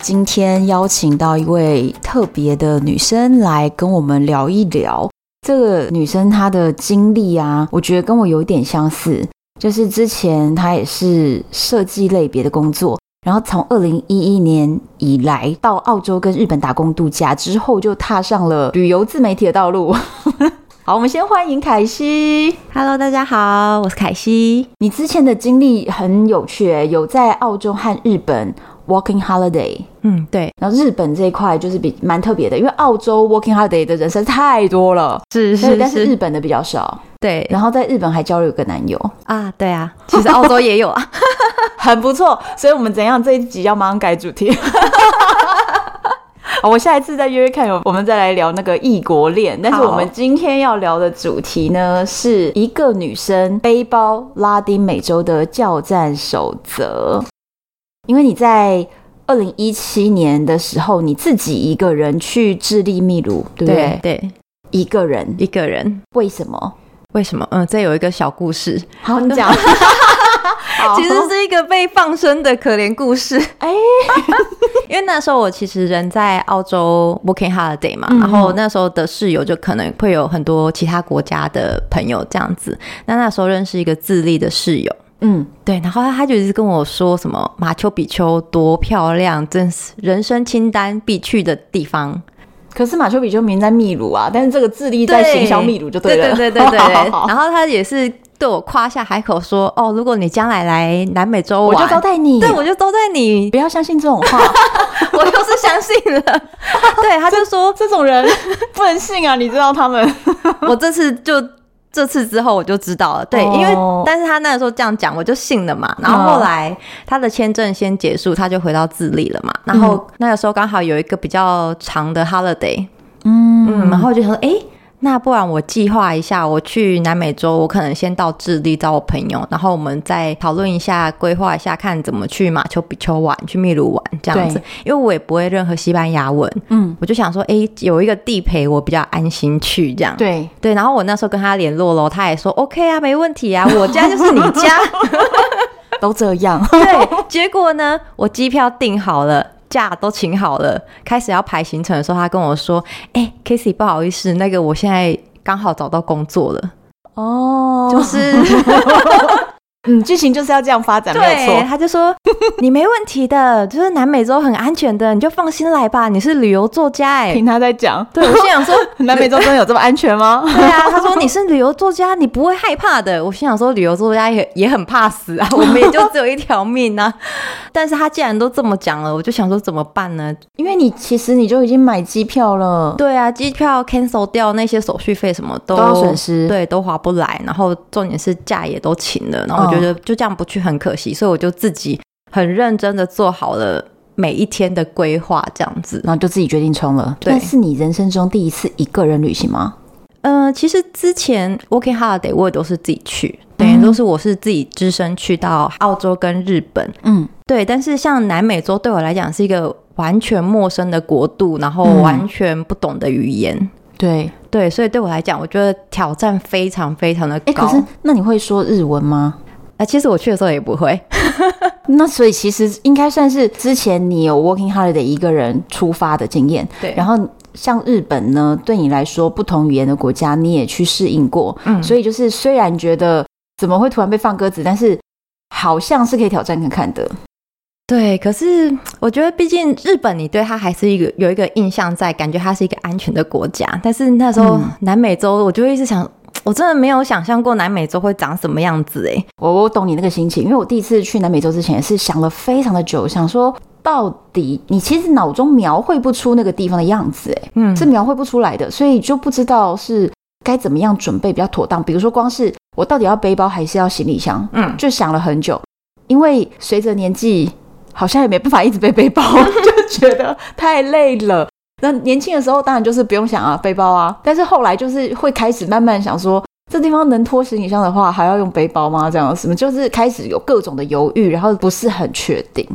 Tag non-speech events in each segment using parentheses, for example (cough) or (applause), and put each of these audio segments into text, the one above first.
今天邀请到一位特别的女生来跟我们聊一聊。这个女生她的经历啊，我觉得跟我有一点相似，就是之前她也是设计类别的工作，然后从二零一一年以来到澳洲跟日本打工度假之后，就踏上了旅游自媒体的道路。 (laughs) 好，我们先欢迎凯西。 Hello，大家好，我是凯西。你之前的经历很有趣、欸，有在澳洲和日本 working holiday。嗯，对，然后日本这一块就是比蛮特别的，因为澳洲 working holiday 的人实在太多了，是对，是但是日本的比较少。对然后在日本还交了一个男友，啊，对啊， (laughs) 其实澳洲也有啊。很不错。所以我们怎样这一集要马上改主题？ (laughs) 好，我下一次再约约看，有我们再来聊那个异国恋。但是好我们今天要聊的主题呢，是一个女生背包拉丁美洲的教战守则。因为你在二零一七年的时候，你自己一个人去智利秘鲁，对不对？ (laughs) 对对，一个人，一个人为什么？为什么？嗯，这有一个小故事，好，你 (laughs) 讲。其实是一个被放生的可怜故事。哎， (laughs) 因为那时候我其实人在澳洲 working holiday 嘛，嗯然后那时候的室友就可能会有很多其他国家的朋友这样子。那那时候认识一个智利的室友。嗯，对，然后他就一直跟我说什么马丘比丘多漂亮，真是人生清单必去的地方。可是马丘比丘名在秘鲁啊，但是这个智利在对行销秘鲁就对了。对对 (laughs) 对对好然后他也是对我夸下海口说：“哦，如果你将来来南美洲我玩，就招待你。对我就招待 (laughs) 你。不要相信这种话，我就是相信 (laughs) 了。对，他就说这种人 (laughs) 不能信啊！你知道他们？我这次就。这次之后我就知道了，对，因为哦嗯但是他那个时候这样讲，我就信了嘛。然后后来他的签证先结束，他就回到智利了嘛。然后那个时候刚好有一个比较长的 holiday，嗯嗯，然后我就想说，哎、那不然我计划一下，我去南美洲，我可能先到智利找我朋友，然后我们再讨论一下，规划一下，看怎么去马丘比丘玩，去秘鲁玩这样子对。因为我也不会任何西班牙文，嗯，我就想说，哎、有一个地陪，我比较安心去这样。对，对，然后我那时候跟他联络喽，他也说 OK 啊，没问题啊，我家就是你家。都这样。对，结果呢，我机票订好了，假都请好了，开始要排行程的时候，他跟我说：“哎、k a s e y 不好意思，那个我现在刚好找到工作了， (laughs) 哦，就就是 (laughs) 是嗯，剧情就是要这样发展，没有对，错。他就说你没问题的，就是南美洲很安全的，你就放心来吧，你是旅游作家 (laughs) 哎、听他在讲，对，我心想说，南美洲真的有这么安全吗？对啊，他说你是旅游作家，你不会害怕的。我心想说，旅游作家也也很怕死啊，我们也就只有一条命啊。但是他既然都这么讲了，我就想说怎么办呢？因为你其实你就已经买机票了，对啊，机票 cancel 掉那些手续费什么都都要损失对，都划不来。然后重点是假也都请了，然后我哦觉得就这样不去很可惜，所以我就自己很认真的做好了每一天的规划，这样子。然后就自己决定冲了。对那是你人生中第一次一个人旅行吗？嗯、其实之前 working holiday 我也都是自己去，嗯等于都是我是自己只身去到澳洲跟日本。嗯，对，但是像南美洲对我来讲是一个完全陌生的国度，然后嗯完全不懂的语言。对。对，所以对我来讲，我觉得挑战非常非常的哎，高。可是那你会说日文吗？啊，其实我去的时候也不会，那所以其实应该算是之前你有 working holiday 一个人出发的经验，对然然后后像日本呢，对你来说不同语言的国家你也去适应过，嗯所以就是虽然觉得怎么会突然被放鸽子，但是好像是可以挑战看看的。对，可是我觉得，毕竟日本你对它还是一个有一个印象在，感觉它是一个安全的国家。但是那时候嗯南美洲，我就一直想，我真的没有想象过南美洲会长什么样子哎、我我懂你那个心情，因为我第一次去南美洲之前也是想了非常的久，想说到底你其实脑中描绘不出那个地方的样子，哎，嗯是描绘不出来的，所以就不知道是该怎么样准备比较妥当。比如说，光是我到底要背包还是要行李箱，嗯，就想了很久。因为 (laughs) 随着年纪，好像也没办法一直背背包，就觉得太累了。那年轻的时候当然就是不用想啊，背包啊。但是后来就是会开始慢慢想说，这地方能拖行李箱的话，还要用背包吗？这样什么就是开始有各种的犹豫，然后不是很确定。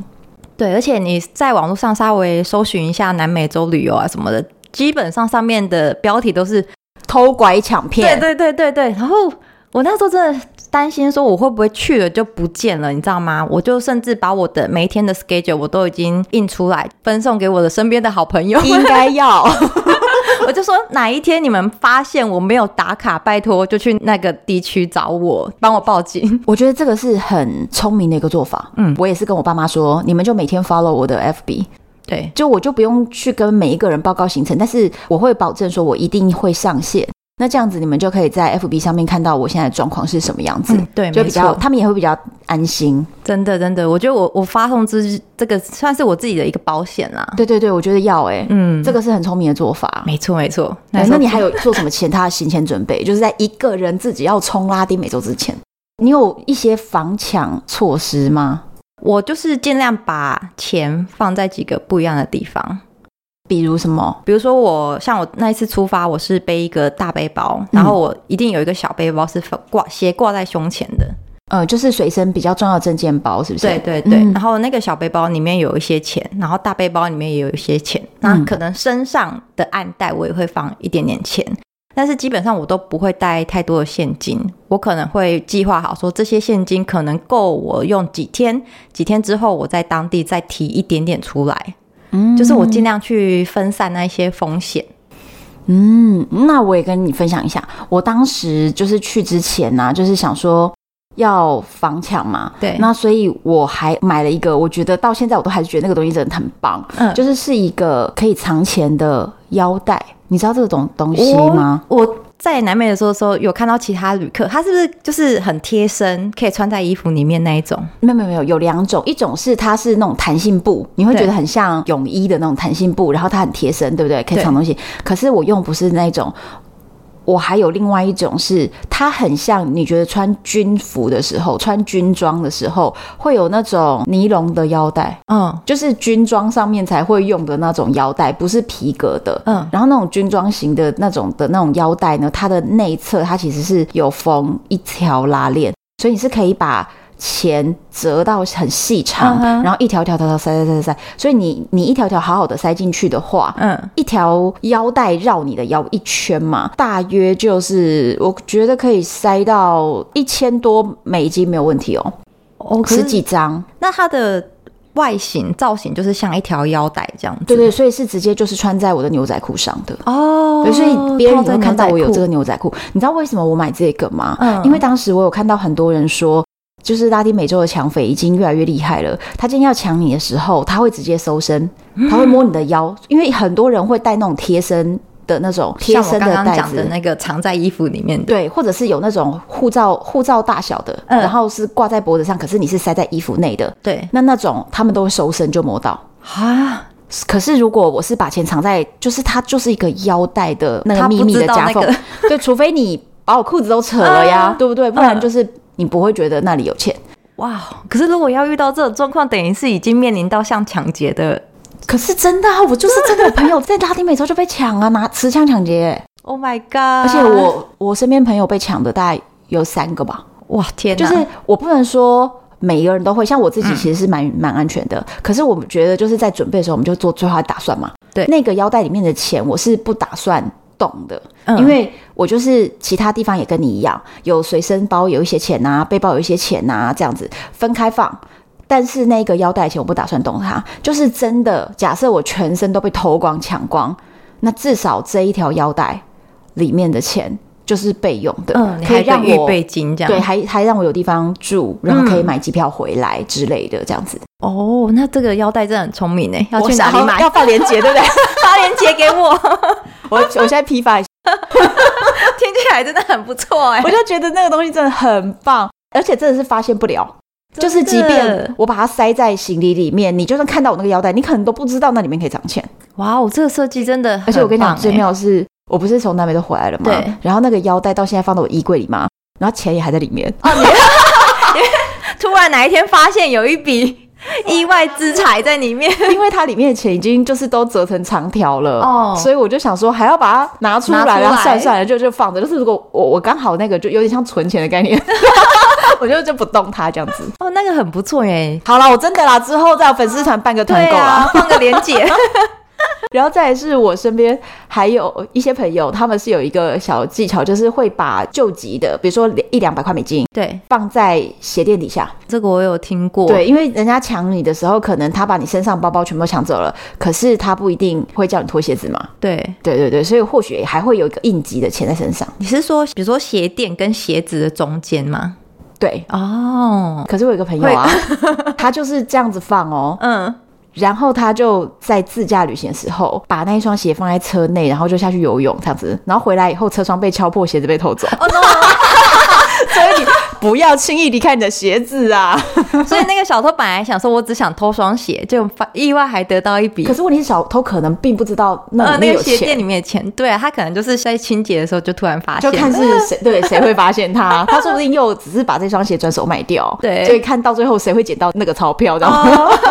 对，而且你在网络上稍微搜寻一下南美洲旅游啊什么的，基本上上面的标题都是偷拐抢骗，对对对对对。然后我那时候真的担心说我会不会去了就不见了，你知道吗？我就甚至把我的每一天的 schedule 我都已经印出来，分送给我的身边的好 (laughs) 朋友。应该要我就说哪一天你们发现我没有打卡，拜托就去那个地区找我，帮我 (laughs) 报警。我觉得这个是很聪明的一个做法。嗯，我也是跟我爸妈说，你们就每天 follow 我的 FB，对就我就不用去跟每一个人报告行程，但是我会保证说我一定会上线。那这样子你们就可以在 FB 上面看到我现在的状况是什么样子，嗯对，就没比较错。他们也会比较安心。真的真的，我觉得我我发送之这个算是我自己的一个保险啦。对对对，我觉得要哎、嗯，这个是很聪明的做法。没错没错。对，时那候你还有做什么其他的行前准备？就是 (laughs) 在一个人自己要冲拉丁美洲之前，你有一些防抢措施吗？我就是尽量把钱放在几个不一样的地方，比如什么？比如说我像我那一次出发，我是背一个大背包，然后我一定有一个小背包是放挂斜挂在胸前的，呃，就是随身比较重要的证件包，是不是？对对对，嗯然后那个小背包里面有一些钱，然后大背包里面也有一些钱，那嗯可能身上的暗袋我也会放一点点钱，但是基本上我都不会带太多的现金，我可能会计划好说这些现金可能够我用几天，几天之后我在当地再提一点点出来，嗯就是我尽量去分散那一些风险。嗯，那我也跟你分享一下，我当时就是去之前呢、就是想说要防抢嘛，对那所以我还买了一个，我觉得到现在我都还是觉得那个东西真的很棒，嗯就是是一个可以藏钱的腰带，你知道这种东西吗？我？我在南美的时候，时候有看到其他旅客，他是不是就是很贴身，可以穿在衣服里面那一种？没有没有没有，有两种，一种是它是那种弹性布，你会对觉得很像泳衣的那种弹性布，然后它很贴身，对不对？可以藏东西。可是我用不是那种，我还有另外一种是，它很像你觉得穿军服的时候，穿军装的时候会有那种尼龙的腰带，嗯，就是军装上面才会用的那种腰带，不是皮革的。嗯然后那种军装型的那种的那种腰带呢，它的内侧它其实是有缝一条拉链，所以你是可以把钱折到很细长嗯哼然后一条条条条塞塞塞塞塞，所以你你一条条好好的塞进去的话。嗯，一条腰带绕你的腰一圈嘛，大约就是我觉得可以塞到一千多美金没有问题哦，哦，可十是几张。那它的外形造型就是像一条腰带这样子。对对，所以是直接就是穿在我的牛仔裤上的。哦对，所以别人也会看到我有这个个。牛仔裤。你知道为什么我买这个吗？嗯因为当时我有看到很多人说，就是拉丁美洲的抢匪已经越来越厉害了。他今天要抢你的时候，他会直接搜身，嗯他会摸你的腰，因为很多人会带那种贴身的那种贴像我身刚刚袋讲子的。那个藏在衣服里面的，对，或者是有那种护照护照大小的，嗯然后是挂在脖子上，可是你是塞在衣服内的，对那那种他们都会搜身就摸到。啊，可是如果我是把钱藏在，就是它就是一个腰带的那个他秘不密知的道夹那缝，个 (laughs) 对，除非你把我裤子都扯了呀，啊对不对？不然就是你不会觉得那里有钱。哇！可是如果要遇到这种状况，等于是已经面临到像抢劫的。可是真的、啊，我就是真的，我朋友在拉丁美洲就被抢啊，拿持枪抢劫， Oh my 而 god！且我我身边朋友被抢的大概有三个吧，哇天哪，就是我不能说。每一个人都会，像我嗯自己其实是蛮蛮、安全的。可是我们觉得就是在准备的时候，我们就做最坏打算嘛。对那个腰带里面的钱我是不打算动的，嗯因为我就是其他地方也跟你一样，有随身包有一些钱呐、背包有一些钱呐、这样子分开放。但是那个腰带钱我不打算动它，就是真的。假设我全身都被偷光抢光，那至少这一条腰带里面的钱就是备用的，嗯，你可还以让有我预备金这样。嗯对，还还让我有地方住，然后可以买机票回来之类的，这样子。哦，那这个腰带真的很聪明呢，要我去哪想 (laughs) 里买？要放链接，对不对？发链接给我， (laughs) 我我现在批发一下，听起来真的很不错哎我。就觉得那个东西真的很棒，而且真的是发现不了。就是，即便我把它塞在行李里面，你就算看到我那个腰带，你可能都不知道那里面可以藏钱。哇哦，这个设计真的很棒欸，而且我跟你讲，最妙的是，我不是从南美洲回来了嘛对，然后那个腰带到现在放到我衣柜里 (laughs) 啊嘛，然后钱也还在里面。 (laughs) 突然哪一天发现有一笔意外之财在里面。 (laughs) 因为它里面的钱已经就是都折成长条了，哦所以我就想说还要把它拿出来，拿出来然后算一算了就就放着。就是如果我我刚好那个就有点像存钱的概念， (laughs) 我就就不动它这样子。 (laughs) 哦，那个很不错耶。好了，我真的啦，之后在粉丝团办个团对购啦。啊，放个连 (laughs) 结。然后再来是我身边还有一些朋友，他们是有一个小技巧，就是会把救急的，比如说一两百块美金。对，放在鞋垫底下，这个我有听过。对，因为人家抢你的时候，可能他把你身上包包全部都抢走了，可是他不一定会叫你脱鞋子嘛。对，对对对，所以或许还会有一个应急的钱在身上。你是说，比如说鞋垫跟鞋子的中间吗？对，哦，可是我有一个朋友啊， (laughs) 他就是这样子放哦，嗯，然后他就在自驾旅行的时候，把那一双鞋放在车内，然后就下去游泳这样子，然后回来以后车窗被敲破，鞋子被偷走。 (laughs) 哦 no！ (laughs) 所以你不要轻易离开你的鞋子啊！ (laughs) 所以那个小偷本来想说，我只想偷双鞋，就发意外还得到一笔可。是问题是小偷可能并不知道那呃，里那面嗯有个鞋钱。店里面的钱，对啊，他可能就是在清洁的时候就突然发就现，看是 (laughs) 谁对谁会发现他，他说不定又只是把这双鞋转手卖掉，对哦所以看到最后谁会捡到那个钞票，这样， (laughs)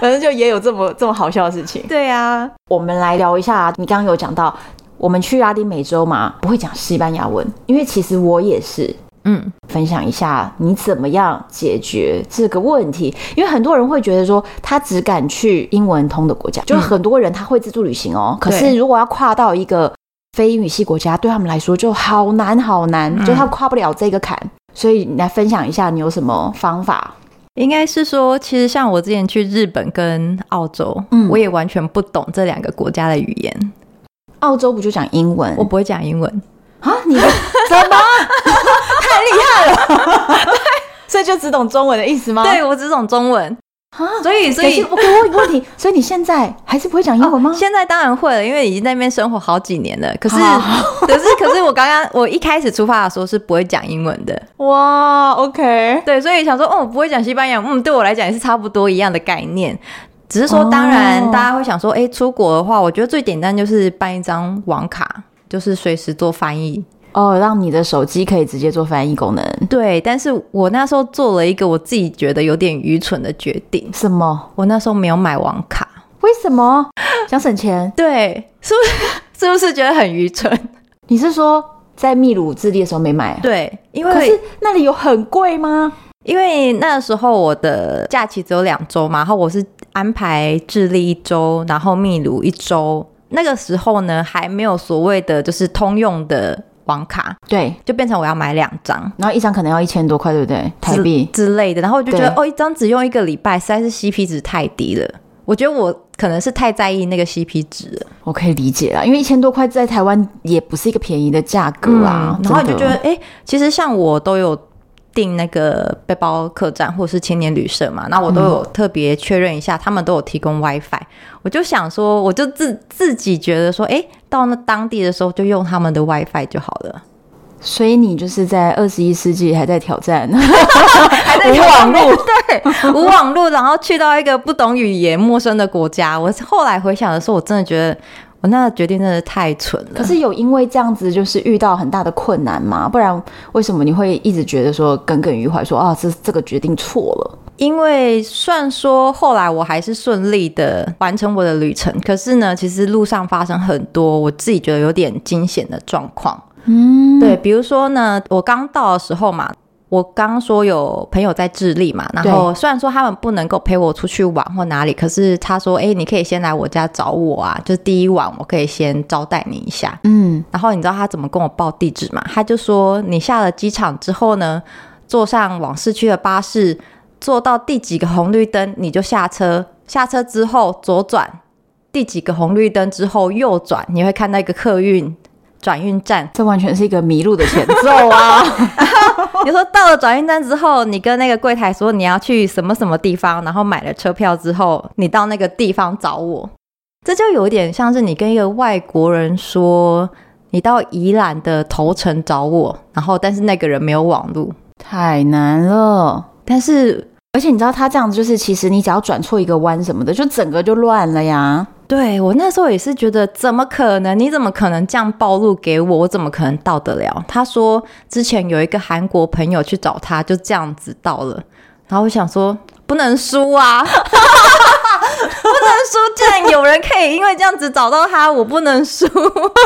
反正就也有这么这么好笑的事情。对啊，我们来聊一下，你刚刚有讲到，我们去拉丁美洲嘛，不会讲西班牙文，因为其实我也是。嗯，分享一下你怎么样解决这个问题，因为很多人会觉得说他只敢去英文通的国家，就是很多人他会自助旅行哦，可是对如果要跨到一个非英语系国家，对他们来说就好难好难，就他跨不了这个坎。所以你来分享一下，你有什么方法？应该是说，其实像我之前去日本跟澳洲，嗯我也完全不懂这两个国家的语言，澳洲不就讲英文？我不会讲英文，啊，你怎 (laughs) 么太厉害了？所以就只懂中文的意思吗？对我只懂中文，啊，所以所所以以我给我一个问题，所以你现在还是不会讲英文 (laughs) 吗？现在当然会了，因为已经在那边生活好几年了。可是，好可是，可是我刚刚我一开始出发的时候是不会讲英文的，哇，OK，对，所以想说，哦，我不会讲西班牙，嗯，对我来讲也是差不多一样的概念。只是说哦，当然大家会想说，哎、出国的话，我觉得最简单就是办一张网卡，就是随时做翻译。哦，让你的手机可以直接做翻译功能。对，但是我那时候做了一个我自己觉得有点愚蠢的决定，什么？我那时候没有买网卡。为什么想省钱？对，是不是是 (laughs) 不是觉得很愚蠢？你是说在秘鲁、智利的时候没买？对，因为可是那里有很贵吗？因为那时候我的假期只有两周嘛，然后我是安排智利一周，然后秘鲁一周。那个时候呢，还没有所谓的就是通用的网卡，对，就变成我要买两张然后一张可能要一千多块，对不对？台币。之之类的。然后我就觉得，对哦，一张只用一个礼拜，实在是 CP 值太低了。我觉得我可能是太在意那个 CP 值了，我可以理解啦，因为一千多块在台湾也不是一个便宜的价格啊。然后你就真觉的得，哎、其实像我都有订那个背包客栈或是青年旅社嘛，那我都有特别确认一下，他们都有提供 WiFi。我就想说，我就自自己觉得说，哎、到那当地的时候就用他们的 WiFi 就好 (laughs) 了，所以你就是在二十一世纪还在挑 (laughs) 战还无网络，对，无网络，然后去到一个不懂语言、陌生的国家。我后来回想的时候，我真的觉得我那个决定真的太蠢了可。是有因为这样子就是遇到很大的困难吗？不然为什么你会一直觉得说耿耿于怀说啊这这个决定错了？因为虽然说后来我还是顺利的完成我的旅程，可是呢，其实路上发生很多我自己觉得有点惊险的状况。嗯，对，比如说呢，我刚到的时候嘛，我刚说有朋友在智利嘛，然后虽然说他们不能够陪我出去玩或哪里，可是他说，哎、你可以先来我家找我啊，就是第一晚我可以先招待你一下。嗯，。然后你知道他怎么跟我报地址吗？他就说你下了机场之后呢，坐上往市区的巴士，坐到第几个红绿灯你就下车，下车之后左转，第几个红绿灯之后右转，你会看到一个客运转运站这完全是一个迷路的前奏啊！ (laughs) 你说到了转运站之后，你跟那个柜台说你要去什么什么地方，然后买了车票之后，你到那个地方找我。这就有点像是你跟一个外国人说你到宜兰的头城找我，然后但是那个人没有网路， (laughs) 太难了。但是而且你知道他这样子，就是其实你只要转错一个弯什么的，就整个就乱了呀。对我那时候也是觉得怎么可能？你怎么可能这样暴露给我？我怎么可能到得了？他说之前有一个韩国朋友去找他，就这样子到了，然后我想说。不不能输啊， (laughs) 不能输！竟然有人可以因为这样子找到他，我不能输。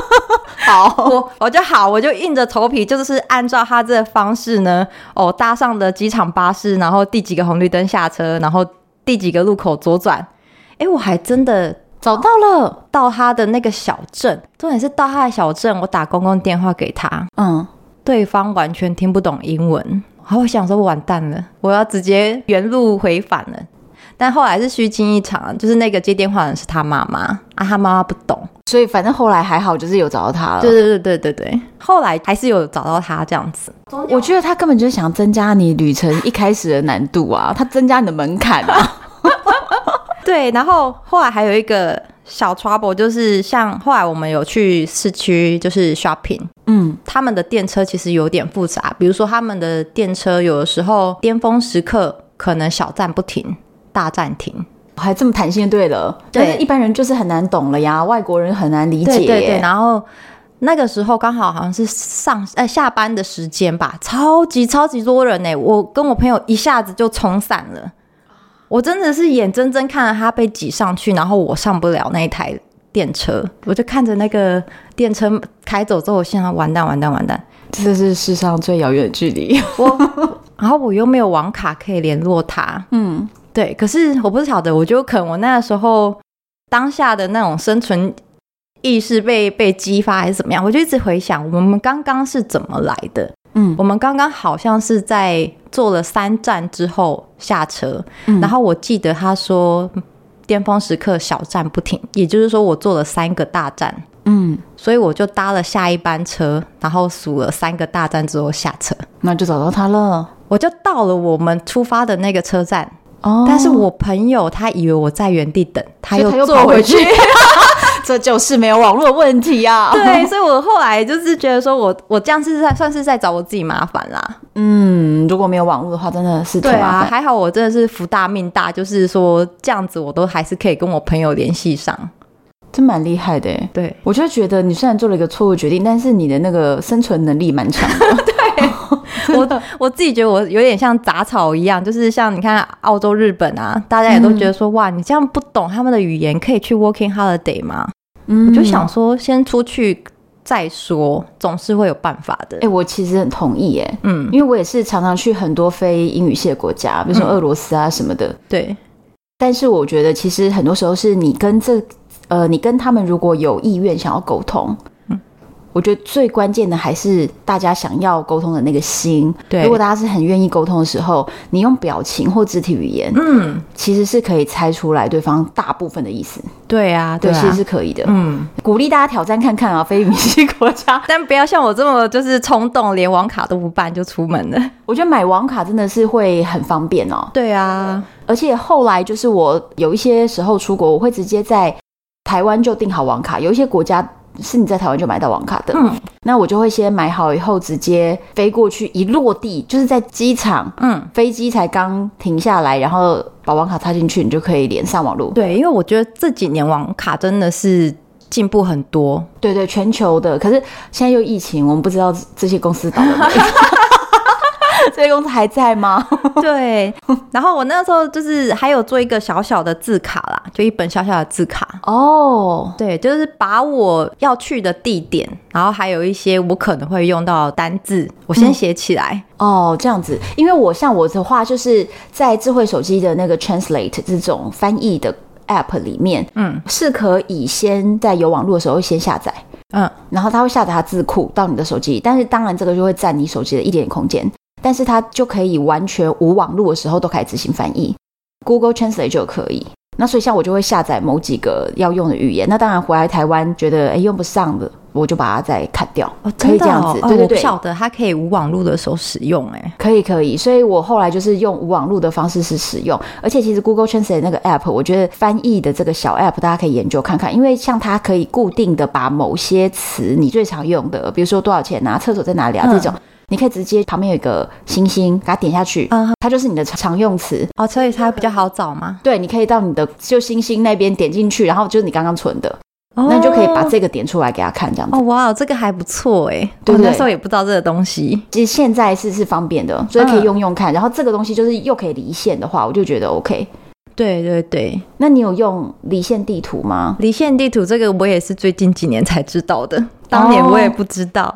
(laughs) 好，我我就好，我就硬着头皮，就是按照他这个方式呢，哦，搭上的机场巴士，然后第几个红绿灯下车，然后第几个路口左转。哎，我还真的找到了，到他的那个小镇，重点是到他的小镇，我打公共电话给他，嗯，对方完全听不懂英文，然后我想说完蛋了，我要直接原路回返了。但后来是虚惊一场，就是那个接电话的人是他妈妈啊，他妈妈不懂，所以反正后来还好，就是有找到他了。对对对对对对，后来还是有找到他这样子。我觉得他根本就是想增加你旅程一开始的难度啊，他增加你的门槛 (laughs) 啊。对，然后后来还有一个小 trouble，就是像后来我们有去市区就是 shopping，嗯，他们的电车其实有点复杂，比如说他们的电车有的时候巅峰时刻可能小站不停，大站停。还这么弹性，对了，对但是一般人就是很难懂了呀，外国人很难理解。对对对，，然后那个时候刚好好像是上呃下班的时间吧，超级超级多人呢、我跟我朋友一下子就冲散了，我真的是眼睁睁看着他被挤上去，然后我上不了那一台电车，我就看着那个电车开走之后，我心想完蛋完蛋完蛋，这是世上最遥远的距离。 (laughs) 我然后我又没有网卡可以联络他，嗯，对，可是我不晓得，我就可能我那时候当下的那种生存意识被被激发还是怎么样，我就一直回想我们刚刚是怎么来的。嗯我们刚刚好像是在坐了三站之后下车，嗯然后我记得他说巅峰时刻小站不停，也就是说我坐了三个大站，嗯，所以我就搭了下一班车，然后数了三个大站之后下车，那就找到他了。我就到了我们出发的那个车站。哦但是我朋友他以为我在原地等，他所又以他又坐跑回去。 (laughs) (laughs) 这就是没有网络的问题啊。对，所以我后来就是觉得说我我这样是在算是在找我自己麻烦啦。嗯，如果没有网络的话，真的是挺对麻啊，烦。还好我真的是福大命大，就是说这样子我都还是可以跟我朋友联系上。真蛮厉害的耶。对，我就觉得你虽然做了一个错误决定，但是你的那个生存能力蛮强 (laughs) 的。 (laughs) 我我自己觉得我有点像杂草一样，就是像你看澳洲、日本啊，大家也嗯都觉得说、哇，你这样不懂他们的语言，可以去 working holiday 吗？嗯我就想，说先出去再说，总是会有办法的哎、。我其实很同意耶，嗯，因为我也是常常去很多非英语系的国家，比如说嗯俄罗斯啊什么的。对，但是我觉得，其实很多时候是你跟这呃，你跟他们如果有意愿想要沟通，嗯我觉得最关键的还是大家想要沟通的那个心。对如果大家是很愿意沟通的时候，你用表情或肢体语言，嗯。其实是可以猜出来对方大部分的意思。对啊，对，啊其实是可以的。嗯，鼓励大家挑战看看啊，非语系国家。但不要像我这么就是冲动，连网卡都不办就出门了。我觉得买网卡真的是会很方便哦。 (laughs) 对啊，而且后来就是我有一些时候出国，我会直接在台湾就订好网卡，有一些国家是你在台湾就买到网卡的。嗯那我就会先买好以后，直接飞过去，一落地就是在机场，嗯，飞机才刚停下来，然后把网卡插进去，你就可以连上网络。对，因为我觉得这几年网卡真的是进步很多。对对，全球的。可是现在又疫情，我们不知道这些公司倒了 (laughs) 没。 (laughs) 这些公司还在吗？ (laughs) 对，然后我那时候就是还有做一个小小的字卡啦，就一本小小的字卡。哦，对，就是把我要去的地点，然后还有一些我可能会用到的单字，我先写起来。哦，这样子，因为我像我的话，就是在智慧手机的那个 Translate 这种翻译的 App 里面，嗯是可以先在有网络的时候先下载，嗯然后它会下载它字库到你的手机，但是当然这个就会占你手机的一点点空间，但是它就可以完全无网络的时候都可以执行翻译，Google Translate 就可以。那所以像我就会下载某几个要用的语言，那当然回来台湾觉得哎用不上了，我就把它再砍掉，哦，可以真的这样子，哦哦对对我不对。晓得它可以无网络的时候使用、欸，哎，可以可以，所以我后来就是用无网络的方式是使用，而且其实 Google Translate 那个 app，我觉得翻译的这个小 app 大家可以研究看看，因为像它可以固定的把某些词你最常用的，比如说多少钱啊、厕所在哪里啊、嗯这种，你可以直接旁边有一个星星，给它点下去，嗯它就是你的常用词。哦，所以它比较好找吗？对，你可以到你的就星星那边点进去，然后就是你刚刚存的，那你就可以把这个点出来给他看，这样子。哦，哇，这个还不错哎，对不我对那时候也不知道这个东西，其实现在是是方便的，所以嗯可以用用看。然后这个东西就是又可以离线的话，我就觉得 OK。对对对，那你有用离线地图吗？ (laughs) 离线地图这个我也是最近几年才知道的， (laughs) 当年我也不知道。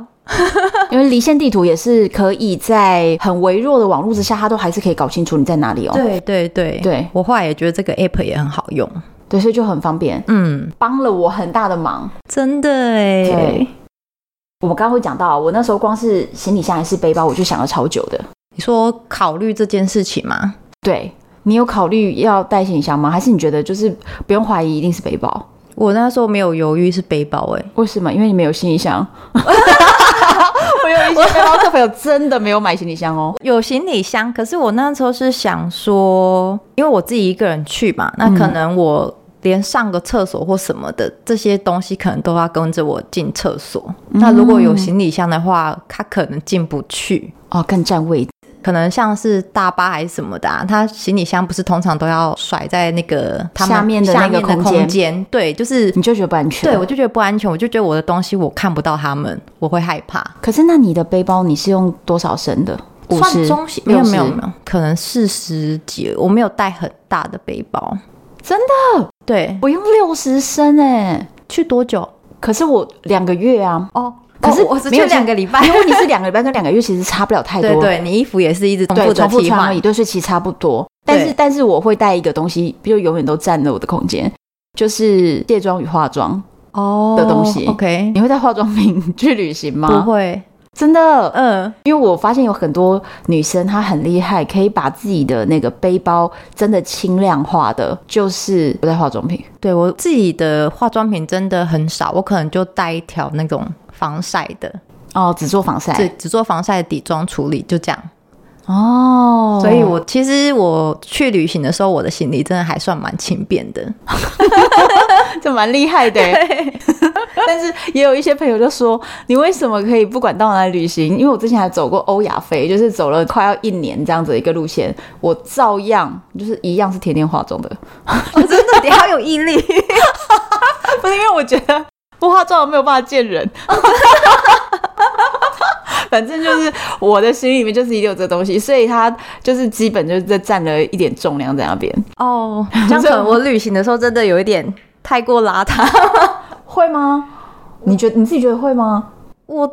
因为离线地图也是可以在很微弱的网络之下，它都还是可以搞清楚你在哪里哦。对对对对我后来也觉得这个 app 也很好用。对，所以就很方便，嗯，帮了我很大的忙。真的哎对。我们刚刚会讲到，我那时候光是行李箱还是背包，我就想了超久的。你说考虑这件事情吗？对你有考虑要带行李箱吗？还是你觉得就是不用怀疑，一定是背包？我那时候没有犹豫，是背包哎、为什么？因为你没有行李箱。 (laughs) 我有 (laughs) 一些背包客朋友真的没有买行李箱哦。有行李箱，可是我那时候是想说，因为我自己一个人去嘛，那可能我连上个厕所或什么的这些东西，可能都要跟着我进厕所。嗯那如果有行李箱的话，他可能进不去，哦，更占位置。可能像是大巴还是什么的、啊，他行李箱不是通常都要甩在那个他们下面的那个下面的空间空间？对，就是你就觉得不安全。对我就觉得不安全，我就觉得我的东西我看不到他们，我会害怕。可是那你的背包你是用多少升的？五算十中型，没有没有有，没有，可能四十几，我没有带很大的背包，真的。对，我用六十升哎、去多久？可是我两个月 (laughs) 啊，哦，可是我只没有去两个礼拜。因为你是两个礼拜跟两个月，其实差不了太多。对对，你衣服也是一直重对复的重复替穿而换已，，对，所以其实差不多。但是对但是我会带一个东西，就永远都占了我的空间，就是卸妆与化妆。哦的东西 OK，你会带化妆品去旅行吗？不，会，真的，呃嗯，因为我发现有很多女生她很厉害，可以把自己的那个背包真的轻量化的，就是不带化妆品。对我自己的化妆品真的很少，我可能就带一条那种防晒的，哦，只做防晒只只做防晒的底妆处理，就这样。哦，(laughs) 所以我其实我去旅行的时候，我的行李真的还算蛮轻便 (laughs) 的。这蛮厉害的欸。 (laughs) 但是也有一些朋友就说，你为什么可以不管到哪里旅行？因为我之前还走过欧亚非，就是走了快要一年这样子的一个路线，我照样就是一样是天天化妆的，哦，真的，你好有毅力。 (laughs) 不是因为我觉得不化妆我没有办法见 (laughs) 人。反正就是我的心里面就是一定有这东西，所以它就是基本就是在占了一点重量在那边，哦， (laughs) 这样可能我旅行的时候真的有一点太过邋遢。会吗？你觉得你自己觉得会吗？我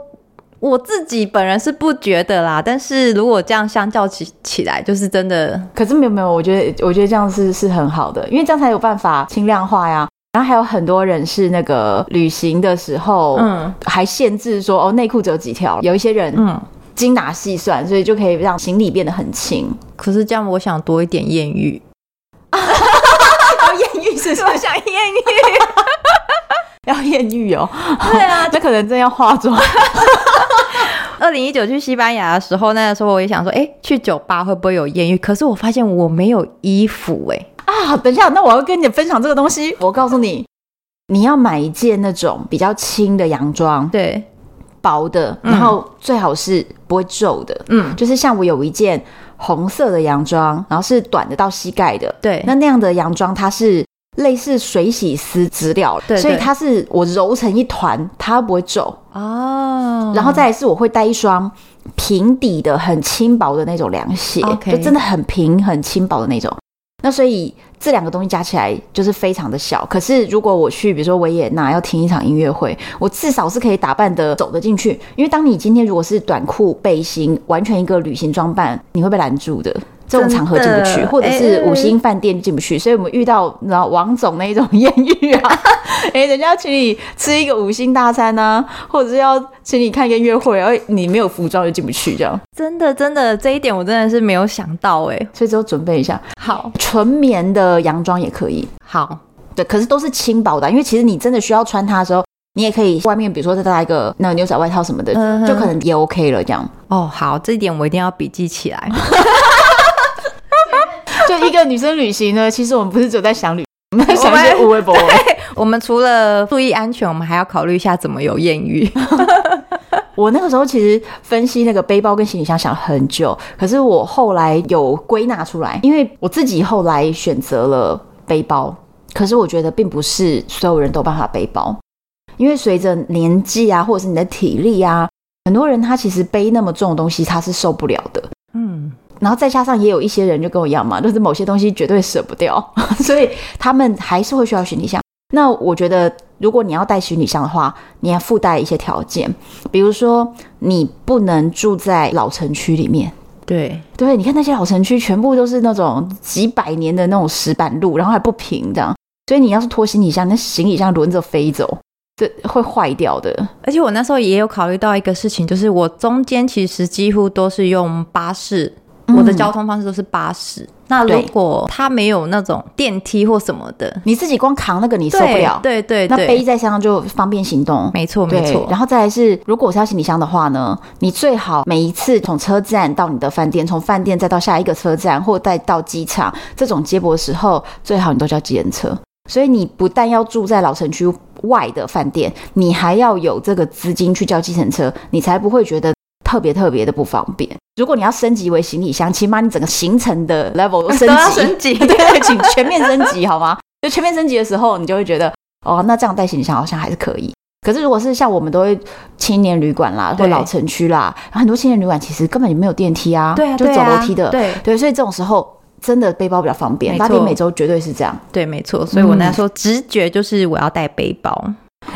我自己本人是不觉得啦，但是如果这样相较起起来，就是真的可是没有没有，我觉得我觉得这样是是很好的，因为这样才有办法轻量化呀。然后还有很多人是那个旅行的时候，嗯嗯，还限制说哦内裤只有几条，有一些人嗯嗯精打细算，所以就可以让行李变得很 (laughs) 轻。可是这样，我想多一点艳遇。要艳遇是 (laughs) 我想艳遇，要艳遇哦，对啊。 (laughs) 那可能真要化妆。二零一九去西班牙的时候，那个时候我也想说，哎、去酒吧会不会有艳遇？可是我发现我没有衣服、诶啊，等一下，那我要跟你分享这个东西。我告诉你，你要买一件那种比较轻的洋装，对，薄的，然后最好是不会皱的。嗯，就是像我有一件红色的洋装，然后是短的到膝盖的，对，那那样的洋装它是。类似水洗丝织料，对对所以它是我揉成一团，它不会皱。哦，然后再来是我会带一双平底的、很轻薄的那种凉鞋 OK 就真的很平、很轻薄的那种。那所以这两个东西加起来就是非常的小。可是如果我去，比如说维也纳要听一场音乐会，我至少是可以打扮的走得进去。因为当你今天如果是短裤、背心，完全一个旅行装扮，你会被拦住的。这种场合进不真去，的或者是五星饭店进不去，所以我们遇到你知道王总那一种艳遇啊，哎、人家要请你吃一个五星大餐啊，或者是要请你看一个约会，而你没有服装就进不去，这样，真的真的这一点我真的是没有想到、诶所以只有准备一下好纯棉的洋装也可以，好，对，可是都是轻薄的啊，因为其实你真的需要穿它的时候，你也可以外面比如说再搭一个那个牛仔外套什么的，嗯哼就可能也 OK 了，这样，哦，好，这一点我一定要笔记起来。 (laughs) 就一个女生旅行呢，其实我们不是只有在想旅，我们在想想一一些些无微不 (laughs) 微。我们除了注意安全，我们还要考虑一下怎么有艳遇。我那个时候其实分析那个背包跟行李箱想了很久，可是我后来有归纳出来，因为我自己后来选择了背包。可是我觉得并不是所有人都有办法背包，因为随着年纪啊，或者是你的体力啊，很多人他其实背那么重的东西他是受不了的。嗯，然后再加上也有一些人就跟我一样嘛，就是某些东西绝对舍不掉， (laughs) 所以他们还是会需要行李箱。那我觉得，如果你要带行李箱的话，你要附带一些条件，比如说你不能住在老城区里面。对，对，你看那些老城区全部都是那种几百年的那种石板路，然后还不平这样，所以你要是拖行李箱，那行李箱轮着飞走，这会坏掉的。而且我那时候也有考虑到一个事情，就是我中间其实几乎都是用巴士，我的嗯交通方式都是巴士。那如对果它没有那种电梯或什么的，你自己光扛那个你受不对了，对对那对，背在身上就方便行动。没错对没错，然后再来是，如果是要行李箱的话呢，你最好每一次从车站到你的饭店，从饭店再到下一个车站，或再到机场，这种接驳的时候，最好你都叫计程车。所以你不但要住在老城区外的饭店，你还要有这个资金去叫计程车，你才不会觉得特别特别的不方便。如果你要升级为行李箱，起码你整个行程的 level 都升 (laughs) 都要级，升级对，请全面升级好吗？就全面升级的时候，你就会觉得哦，那这样带行李箱好像还是可以。可是如果是像我们都会青年旅馆啦，或对老城区啦，然后很多青年旅馆其实根本也没有电梯啊， (laughs) 对啊，就对走啊楼梯的，对对，所以这种时候真的背包比较方便。没拉错丁美洲绝对是这样。对没错，所以我那时候直觉就是我要带背包，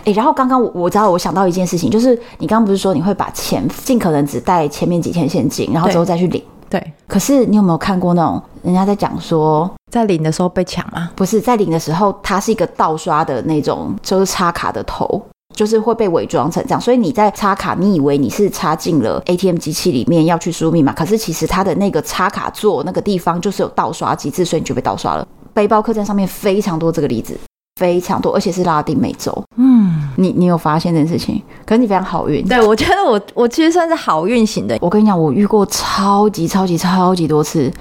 诶，然后刚刚我我知道我想到一件事情，就是你刚刚不是说你会把钱尽可能只带前面几天现金，然后之后再去领。对，可是你有没有看过那种人家在讲说，在领的时候被抢啊，不是在领的时候，它是一个倒刷的那种，就是插卡的头，就是会被伪装成这样。所以你在插卡，你以为你是插进了 ATM 机器里面要去输入密码，可是其实它的那个插卡座那个地方就是有盗刷机制，所以你就被盗刷了。背包客栈上面非常多这个例子，非常多，而且是拉丁美洲。嗯，你你有发现这件事情？可是你非常好运。对我觉得我我其实算是好运型的，我跟你讲，我遇过超级超级超级多次，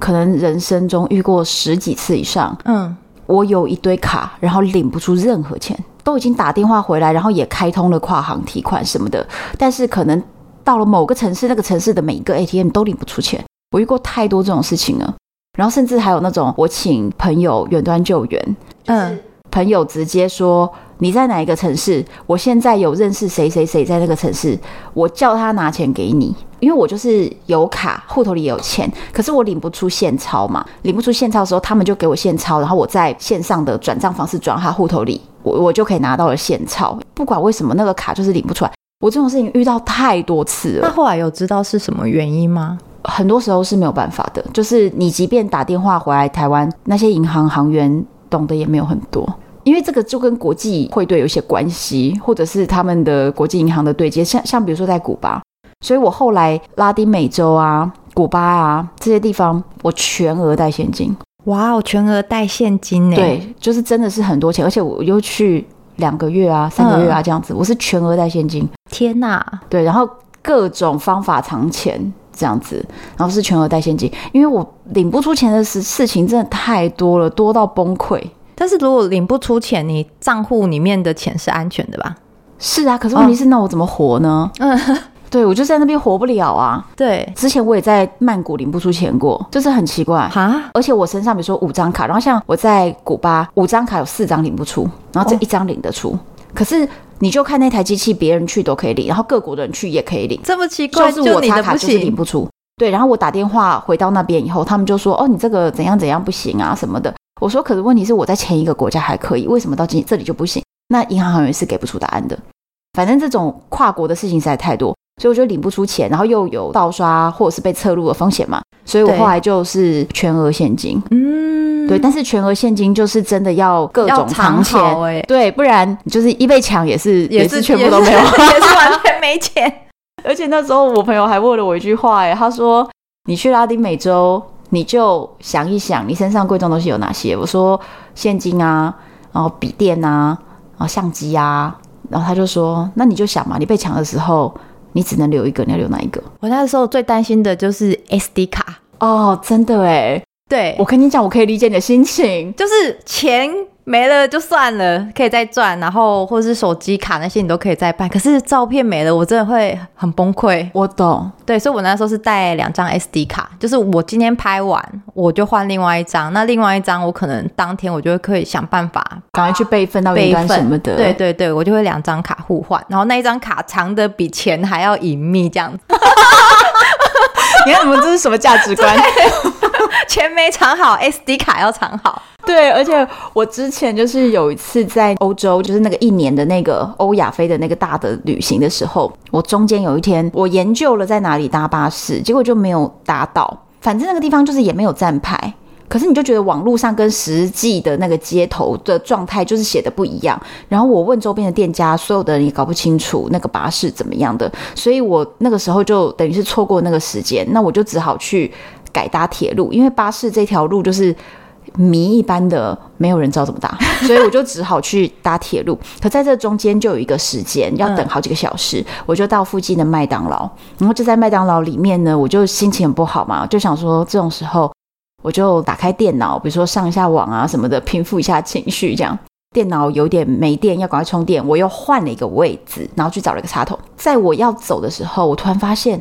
可能人生中遇过十几次以上。嗯，我有一堆卡，然后领不出任何钱，都已经打电话回来，然后也开通了跨行提款什么的，但是可能到了某个城市，那个城市的每一个 ATM 都领不出钱。我遇过太多这种事情了，然后甚至还有那种我请朋友远端救援，嗯，朋友直接说你在哪一个城市，我现在有认识谁谁谁在那个城市，我叫他拿钱给你，因为我就是有卡，户头里也有钱，可是我领不出现钞嘛，领不出现钞的时候，他们就给我现钞，然后我在线上的转账方式转到他户头里，我我就可以拿到了现钞，不管为什么那个卡就是领不出来。我这种事情遇到太多次那了，后来有知道是什么原因吗？很多时候是没有办法的。就是你即便打电话回来台湾，那些银行行员懂得也没有很多，因为这个就跟国际汇兑有一些关系，或者是他们的国际银行的对接，像像比如说在古巴，所以我后来拉丁美洲啊、古巴啊这些地方，我全额带现金，哇，我全额带现金呢，，对，就是真的是很多钱，而且我又去两个月啊、三个月啊这样子，我是全额带现金，天哪、对，然后各种方法藏钱这样子，然后是全额带现金，因为我领不出钱的事事情真的太多了，多到崩溃。但是如果领不出钱，你账户里面的钱是安全的吧？是啊，可是问题是，那我怎么活呢？哦嗯， (laughs) 对我就在那边活不了啊。对，之前我也在曼谷领不出钱过，就是很奇怪。哈，而且我身上比如说五张卡，然后像我在古巴五张卡有四张领不出，然后这哦一张领得出，可是你就看那台机器，别人去都可以领，然后各国的人去也可以领。这么奇就怪，是我你插的卡不就是领行，不出。对，然后我打电话回到那边以后，他们就说：“哦，你这个怎样怎样不行啊什么的。”我说：“可是问题是我在前一个国家还可以，为什么到今这里就不行？”那银行行员是给不出答案的。反正这种跨国的事情实在太多，所以我就领不出钱，然后又有盗刷或者是被侧录的风险嘛，所以我对后来就是全额现金。嗯，对，但是全额现金就是真的要各要种藏钱，好哎、对，不然你就是一被抢也是是全部都没有。也是 (laughs) 也是完全没钱。而且那时候我朋友还问了我一句话、哎，他说：“你去拉丁美洲，你就想一想你身上贵重东西有哪些。”我说：“现金啊，然后笔电啊，然后相机啊。”然后他就说：“那你就想嘛，你被抢的时候，你只能留一个，你要留哪一个我那时候最担心的就是 SD 卡，？”哦，真的哎，对我，跟你讲，我可以理解你的心情。就是钱没了就算了，可以再赚，然后或是手机卡那些你都可以再办。可是照片没了，我真的会很崩溃。我懂，对，所以我那时候是带两张 SD 卡，就是我今天拍完，我就换另外一张，那另外一张我可能当天我就会可以想办法赶快去备份到云备端份什么的。对，对对，我就会两张卡互换，然后那一张卡藏的比钱还要隐秘，这样子， (laughs) 你看你们这是什么价值 (laughs) 观？钱没藏好，SD 卡要藏好。对，而且我之前就是有一次在欧洲，就是那个一年的那个欧亚非的那个大的旅行的时候，我中间有一天我研究了在哪里搭巴士，结果就没有搭到，反正那个地方就是也没有站牌。可是你就觉得网络上跟实际的那个街头的状态就是写的不一样，然后我问周边的店家，所有的人也搞不清楚那个巴士怎么样的，所以我那个时候就等于是错过那个时间，那我就只好去改搭铁路，因为巴士这条路就是谜一般的，没有人知道怎么搭，所以我就只好去搭铁路。可在这中间就有一个时间要等好几个小时，我就到附近的麦当劳，然后就在麦当劳里面呢，我就心情很不好嘛，就想说这种时候我就打开电脑，比如说上一下网啊什么的，平复一下情绪这样。电脑有点没电，要赶快充电，我又换了一个位置，然后去找了一个插头。在我要走的时候，我突然发现，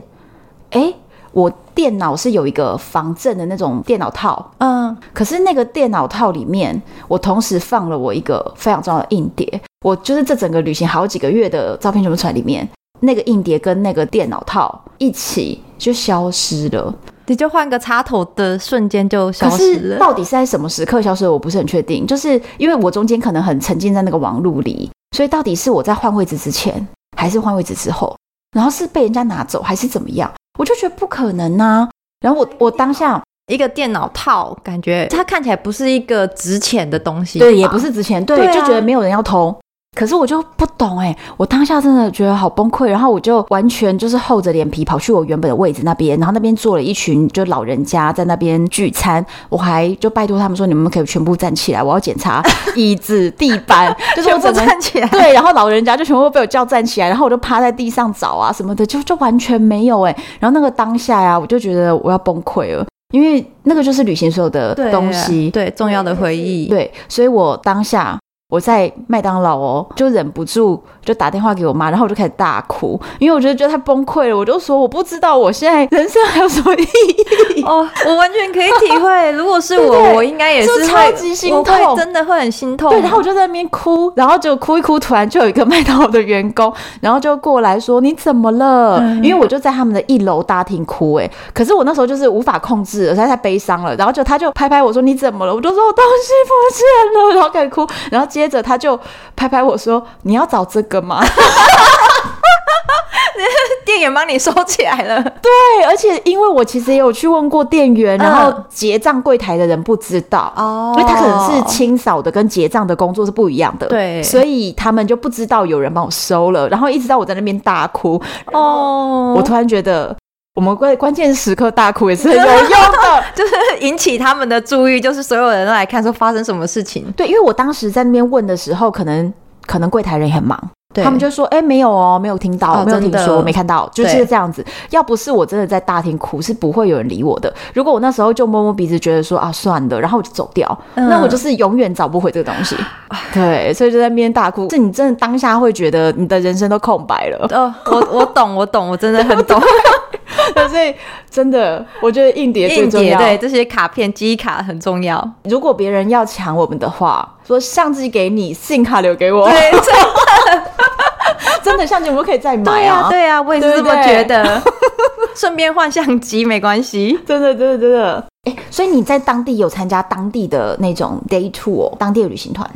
哎，我电脑是有一个防震的那种电脑套，嗯，可是那个电脑套里面，我同时放了我一个非常重要的硬碟，我就是这整个旅行好几个月的照片全部传里面，那个硬碟跟那个电脑套一起就消失了。你就换个插头的瞬间就消可失是了。到底是在什么时刻消失的，我不是很确定，就是因为我中间可能很沉浸在那个网路里，所以到底是我在换位置之前，还是换位置之后，然后是被人家拿走，还是怎么样？我就觉得不可能啊。然后我我当下一个电脑套，感觉它看起来不是一个值钱的东西吧，对，也不是值钱，对，对啊就觉得没有人要偷。可是我就不懂哎、我当下真的觉得好崩溃，然后我就完全就是厚着脸皮跑去我原本的位置那边，然后那边坐了一群就老人家在那边聚餐，我还就拜托他们说你们可以全部站起来，我要检 (laughs) 查椅子、地板，就是我全部整个站起来。 (laughs) 对，然后老人家就全部被我叫站起来，然后我就趴在地上找啊什么的，就就完全没有哎、然后那个当下呀、我就觉得我要崩溃了，因为那个就是旅行所有的对东西，对重要的回忆，对，所以我当下我在麦当劳哦，就忍不住就打电话给我妈，然后我就开始大哭，因为我觉得觉得太崩溃了，我就说我不知道我现在人生还有什么意义。 (laughs) (laughs) 哦，我完全可以体会。如果是我，对对我应该也是就会超级心痛我会真的会很心痛。对，然后我就在那边哭，然后就哭一哭，突然就有一个麦当劳的员工，然后就过来说你怎么了？因为我就在他们的一楼大厅哭、欸，可是我那时候就是无法控制了，实在太悲伤了，然后就他就拍拍我说你怎么了？我就说我东西不见了，然后开始哭，然后接着他就拍拍我说你要找这个吗？店员帮你收起来 (laughs) 了，对，而且因为我其实也有去问过店员，嗯然后结账柜台的人不知道，哦因为他可能是清扫的跟结账的工作是不一样的，对所以他们就不知道有人帮我收了，然后一直到我在那边大哭，哦，我突然觉得我们关关键时刻大哭也是很有用的。 (laughs) (laughs) 就是引起他们的注意，就是所有人都来看说发生什么事情，对，因为我当时在那边问的时候，可能可能柜台人也很忙，对他们就说：“哎、没有哦，没有听到，哦没有真听的说，没看到。”就是对这样子。要不是我真的在大厅哭，是不会有人理我的。如果我那时候就摸摸鼻子，觉得说啊算了，然后我就走掉，嗯那我就是永远找不回这个东西。对， (laughs) 所以就在那边大哭。是你真的当下会觉得你的人生都空白了。哦，我我懂，我懂，我真的很 (laughs) 懂。对 (laughs) 所以真的，我觉得硬碟最硬重碟要。对这些卡片、记忆卡很重 (laughs) 要。如果别人要抢我们的话，说相机给你，信卡留给我，对，这 (laughs) 真的相机我们可以再买对啊，对啊，我也是这对么不对 (laughs) 觉得。顺便换相机没关系。真的，真的，真的。哎、所以你在当地有参加当地的那种 day tour，当地的旅行团？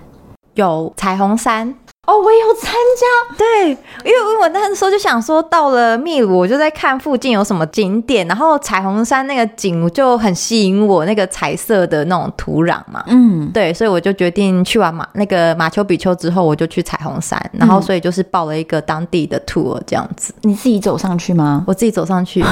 有彩虹山，哦，我也有参加。对，因为我那时候就想说，到了秘鲁，我就在看附近有什么景点，然后彩虹山那个景就很吸引我，那个彩色的那种土壤嘛。嗯，对，所以我就决定去完马那个马丘比丘之后，我就去彩虹山，然后嗯所以就是报了一个当地的 tour 这样子，你自己走上去吗？我自己走上去。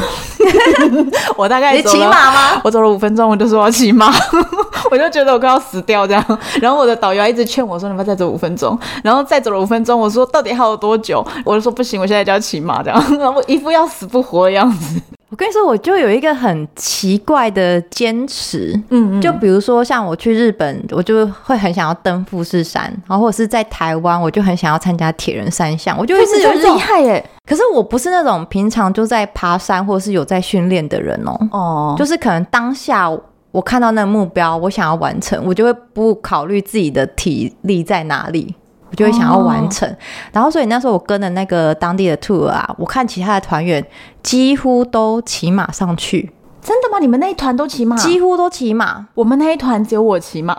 我大概你骑马吗？我走了五分钟，我就说我要骑马， (laughs) 我就觉得我快要死掉这样。然后我的导游还一直劝我说：“你们再走五分钟。”然后再走了五分钟，我 (laughs) 说：“到底还有多久？”我就说：“不行，我现在就要骑马这样。”然后我一副要死不活的样子。我跟你说，我就有一个很奇怪的坚持，嗯就比如说像我去日本，我就会很想要登富士山，然后或者是在台湾，我就很想要参加铁人三项，我就一直有一厉种，害耶！可是我不是那种平常就在爬山或者是有在训练的人哦、哦，就是可能当下我看到那个目标，我想要完成，我就会不考虑自己的体力在哪里，我就会想要完成。然后，所以那时候我跟的那个当地的 tour 啊，我看其他的团员几乎都骑马上去，真的吗？你们那一团都骑马？几乎都骑马。我们那一团只有我骑马。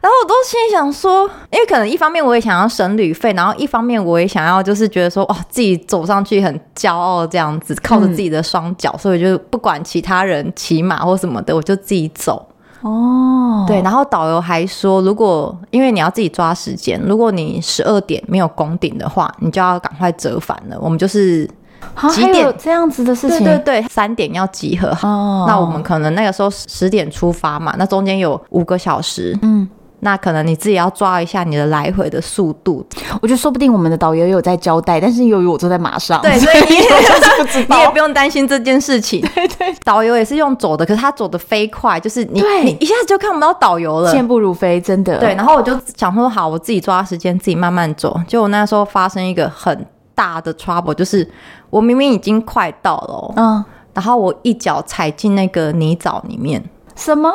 然后我都心里想说，因为可能一方面我也想要省旅费，然后一方面我也想要就是觉得说，哇，哦自己走上去很骄傲这样子，靠着自己的双脚，所以我就不管其他人骑马或什么的，我就自己走。 (laughs) 哦，对，然后导游还说，如果因为你要自己抓时间，如果你十二点没有攻顶的话，你就要赶快折返了。我们就是啊，几还有点这样子的事对情？对对，三点要集合。哦，那我们可能那个时候十点出发嘛，那中间有五个小时，嗯，那可能你自己要抓一下你的来回的速 (laughs) 度。我觉得说不定我们的导游有在交代，但是由于我坐在马上，对所以 (laughs) 你我就是不知 (laughs) 你也道不。用担心这件事情。对对，导游也是用走的，可是他走的飞快，就是你对你一下子就看不到导游了，健步如飞，真的。对，，然后我就想说，好，我自己抓时间，自己慢慢走。结果那时候发生一个很大的 trouble，就是我明明已经快到了哦、嗯，然后我一脚踩进那个泥沼里面。什么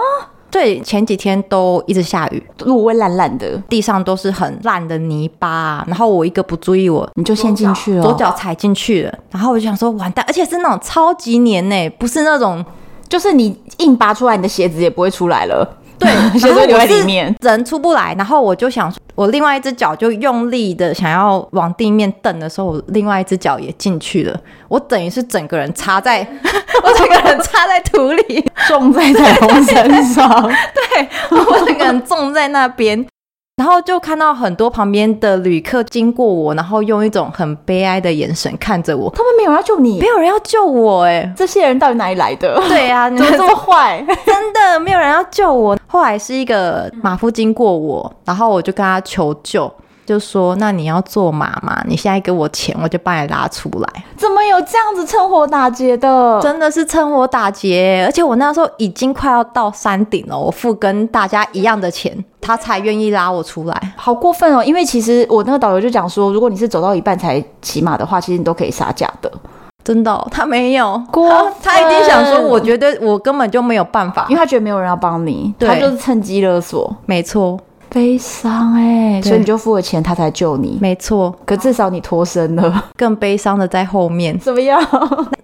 对，前几天都一直下雨，路会烂烂的，地上都是很烂的泥巴啊、然后我一个不注意，我你就陷进去了。左脚踩进去了。然后我就想说，完蛋，而且是那种超级黏呢、不是那种就是你硬拔出来，你的鞋子也不会出来了。，对 (laughs) 鞋子然后会留我在是里面。人出不来，然后我就想说，我另外一只脚就用力的想要往地面蹬的时候，我另外一只脚也进去了，我等于是整个人插在， (laughs) 我整个人插在土里， (laughs) 重在彩虹身 (laughs) 上，我整个人种在那边。然后就看到很多旁边的旅客经过我，然后用一种很悲哀的眼神看着我，他们没有要救你没。有人要救我哎、这些人到底哪里来 (laughs) 的？(laughs) 对啊，你哦怎么们这么坏？真的没有人要救我。后来是一个马夫经过我，然后我就跟他求救，就说：“那你要做马吗？你现在给我钱，我就把你拉出来。怎么有这样子趁火打劫的？真的是趁火打劫，而且我那时候已经快要到山顶了，我付跟大家一样的钱，他才愿意拉我出来。好过分哦！因为其实我那个导游就讲说，如果你是走到一半才骑马的话，其实你都可以杀价的，啊真的哦、他没有， (laughs) 过他他一定想说，分我觉得我根本就没有办法因。为他觉得没有人要帮你，对他就是趁机勒索，没错，悲伤哎、所以你就付了钱，他才救你。没错，可至少你脱身 (laughs) 了，更悲伤的在后面。怎么样？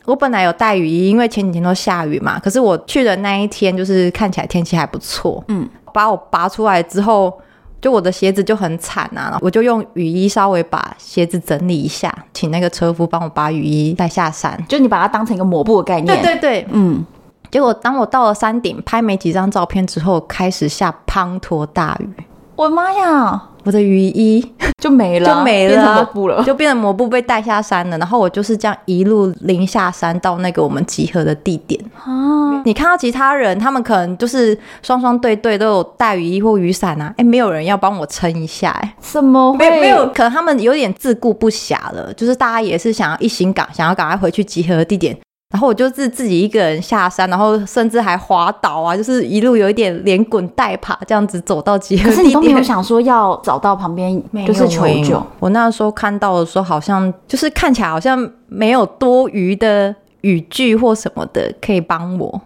我本来有带雨衣，因为前几天都下雨嘛。可是我去的那一天，就是看起来天气还不错。嗯，把我拔出来之后，就我的鞋子就很惨啊。我就用雨衣稍微把鞋子整理一下，请那个车夫帮我把雨衣带下山。就你把它当成一个抹布的概念，对对对，嗯，结果当我到了山顶，拍没几张照片之后，开始下滂沱大雨，我妈呀，我的雨衣就没了，就没了变成啊抹布了。就变成抹布被带下山了。然后我就是这样一路淋下山到那个我们集合的地点。啊，你看到其他人，他们可能就是双双对对都有带雨衣或雨伞啊，哎，没有人要帮我撑一下、诶怎么没哦会？没有，可能他们有点自顾不暇了，就是大家也是想要一心赶，想要赶快回去集合的地点。然后我就是自己一个人下山，然后甚至还滑倒啊，就是一路有一点连滚带爬这样子走到集合可地点。是你都没有想说要找到旁边没就是有求欸救，。我那时候看到的时候，好像就是看起来好像没有多余的语句或什么的可以帮我。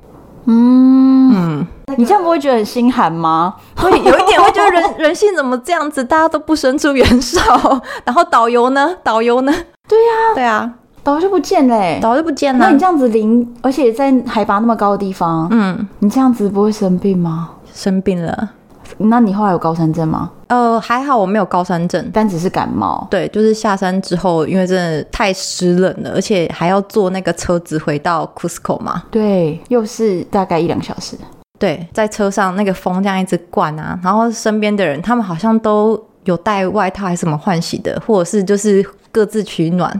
嗯，嗯，你这样不会觉得很心寒吗？ (laughs) 会有一点会觉得 (laughs) 人人性怎么这样子，大家都不伸出援手， (laughs) 然后导游呢？导游呢？对呀、对啊，导游就不见了欸、导游就不见那了你。这样子淋，而且在海拔那么高的地方，嗯，你这样子不会生病吗？生病了。那你后来有高山症吗？呃，还好我没有高山症。但只是感冒。对，就是下山之后，因为真的太湿冷了，而且还要坐那个车子回到 Cusco 嘛。对，又是大概一两小时。对，在车上那个风这样一直灌啊，然后身边的人他们好像都有带外套还是什么换洗的，或者是就是各自取暖。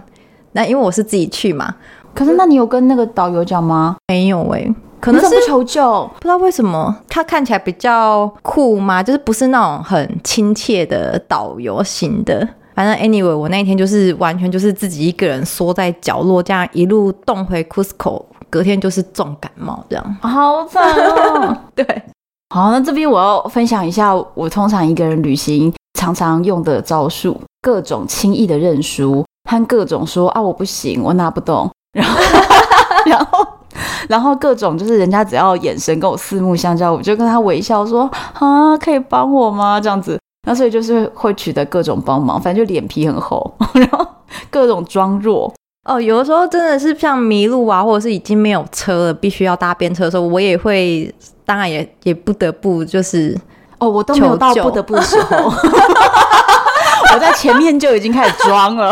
那因为我是自己去嘛，可是那你有跟那个导游讲吗？没有诶、可能你是怎么不求救？不知道为什么他看起来比较酷吗？就是不是那种很亲切的导游型的，反正 anyway，我那一天就是完全就是自己一个人缩在角落，这样一路冻回 Cusco，隔天就是重感冒这样。好惨哦。对，好，那这边我要分享一下，我通常一个人旅行常常用的招数，各种轻易的认输和各种说啊我不行，我拿不动， (laughs) 然后然后然后各种就是人家只要眼神跟我四目相交，我就跟他微笑说啊可以帮我吗？这样子，那所以就是会取得各种帮忙，反正就脸皮很厚， (laughs) 然后各种装弱，哦，有的时候真的是像迷路啊，或者是已经没有车了，必须要搭便车的时候，我也会，当然也也不得不就是 (laughs) 哦，我都没有到求救不得不的时候， (laughs) 我在前面就已经开始装了，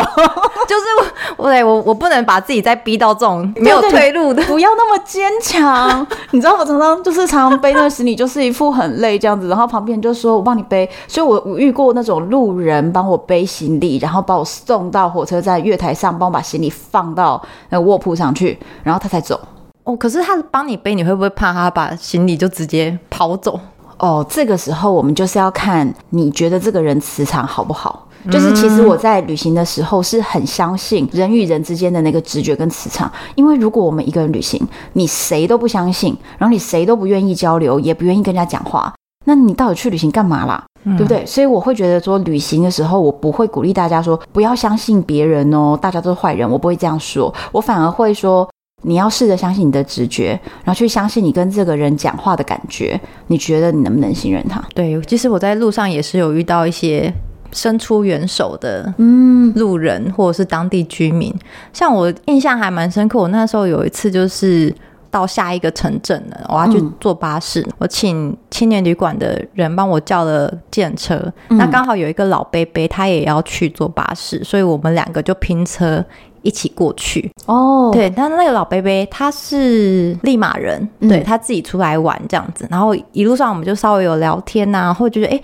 就是我对我我不能把自己再逼到这种没有对退路的。不要那么坚强。 (laughs) 你知道我常常就是常常背那个行李，就是一副很累这样子，然后旁边就说我帮你背，所以我我遇过那种路人帮我背行李，然后把我送到火车站月台上，帮我把行李放到那个卧铺上去，然后他才走。哦，可是他帮你背，你会不会怕他把行李就直接跑走？哦，这个时候我们就是要看你觉得这个人磁场好不好。就是其实我在旅行的时候是很相信人与人之间的那个直觉跟磁场，因为如果我们一个人旅行，你谁都不相信，然后你谁都不愿意交流，也不愿意跟人家讲话，那你到底去旅行干嘛啦？对不对？所以我会觉得说，旅行的时候我不会鼓励大家说不要相信别人哦，大家都是坏人，我不会这样说，我反而会说你要试着相信你的直觉，然后去相信你跟这个人讲话的感觉，你觉得你能不能信任他？对，其实我在路上也是有遇到一些伸出援手的嗯，路人或者是当地居民。像我印象还蛮深刻，我那时候有一次就是到下一个城镇了，我要去嗯坐巴士，我请青年旅馆的人帮我叫了电车，那刚好有一个老伯伯他也要去坐巴士，所以我们两个就拼车。一起过去，哦，对，但是那个老伯伯他是利马人，嗯对他自己出来玩这样子，然后一路上我们就稍微有聊天呐、啊，会觉得哎、诶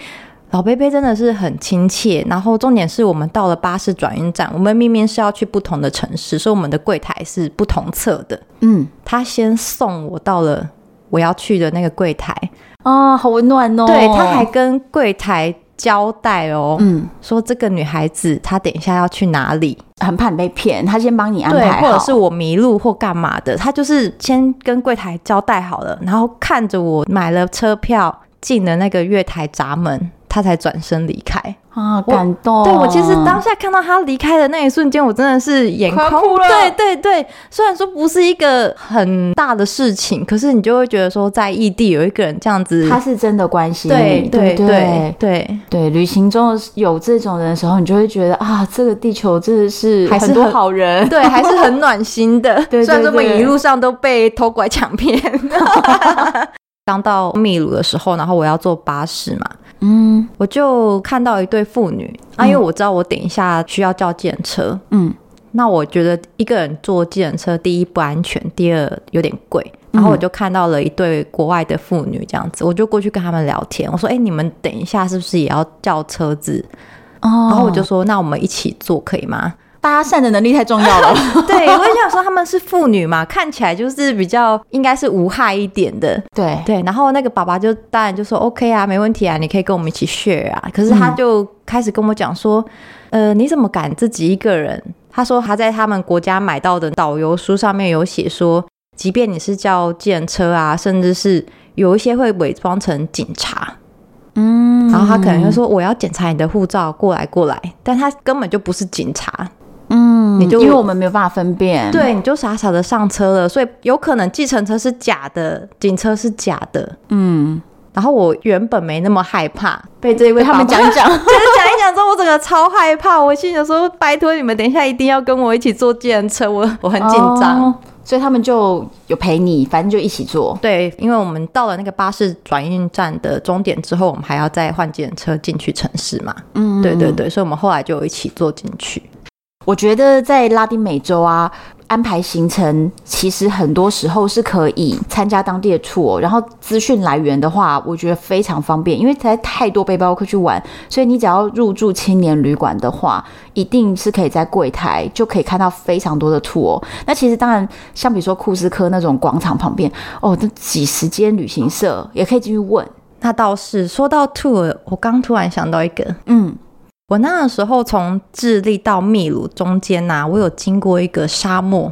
老贝贝真的是很亲切，然后重点是我们到了巴士转运站，我们明明是要去不同的城市，所以我们的柜台是不同侧的。嗯，他先送我到了我要去的那个柜台，啊，好温暖哦。对，他还跟柜台交代哦，嗯，说这个女孩子她等一下要去哪里，很怕你被骗，他先帮你安对，排或者好是我迷路或干嘛的，他就是先跟柜台交代好了，然后看着我买了车票，进了那个月台闸门，他才转身离开。啊，我感动。对我其实当下看到他离开的那一瞬间，我真的是 (laughs) 眼快要眶哭了对对对，虽然说不是一个很大的事情，可是你就会觉得说，在异地有一个人这样子，他是真的关心对你，对对对对，对旅行中有这种人的时候，你就会觉得啊，这个地球真的是还是很多很好 (laughs) 人。对，还是很暖心 (laughs) 的。对对虽然说我们对一路上都被偷拐抢骗。刚到秘鲁的时候，然后我要坐巴士嘛，嗯我就看到一对父女啊，因为我知道我等一下需要叫计程车，嗯那我觉得一个人坐计程车，第一不安全，第二有点贵。然后我就看到了一对国外的妇女这样子，我就过去跟他们聊天，我说：“哎、你们等一下是不是也要叫车子？”哦，然后我就说：“那我们一起坐可以吗？”搭讪的能力太重要了。 (laughs) 对，我就想说他们是妇女嘛，看起来就是比较应该是无害一点的。 (laughs) 对，对，然后那个爸爸就当然就说 OK 啊，没问题啊，你可以跟我们一起 share 啊。可是他就开始跟我讲说，呃，你怎么敢自己一个人？他说他在他们国家买到的导游书上面有写说，即便你是叫计程车啊，甚至是有一些会伪装成警察，嗯，然后他可能就说我要检查你的护照，过来过来，但他根本就不是警察，嗯，你就因为我们没有办法分辨，对，你就傻傻的上车了，所以有可能计程车是假的，警车是假的。嗯，然后我原本没那么害怕，被这一位他们讲一 (laughs) 讲，就是讲一讲之后，我整个超害怕。我心想说，拜托你们等一下一定要跟我一起坐计程车，我我很紧张。哦所以他们就有陪你，反正就一起做。对，因为我们到了那个巴士转运站的终点之后，我们还要再换计程车进去城市嘛。嗯对对，对，所以我们后来就一起坐进去。我觉得在拉丁美洲啊，安排行程其实很多时候是可以参加当地的 tour，然后资讯来源的话，我觉得非常方便，因为实在太多背包客去玩，所以你只要入住青年旅馆的话，一定是可以在柜台就可以看到非常多的 tour。那其实当然，像比如说库斯科那种广场旁边，哦，那几十间旅行社也可以进去问。那倒是说到 tour，我刚突然想到一个，嗯，我那个时候从智利到秘鲁中间呐、我有经过一个沙漠，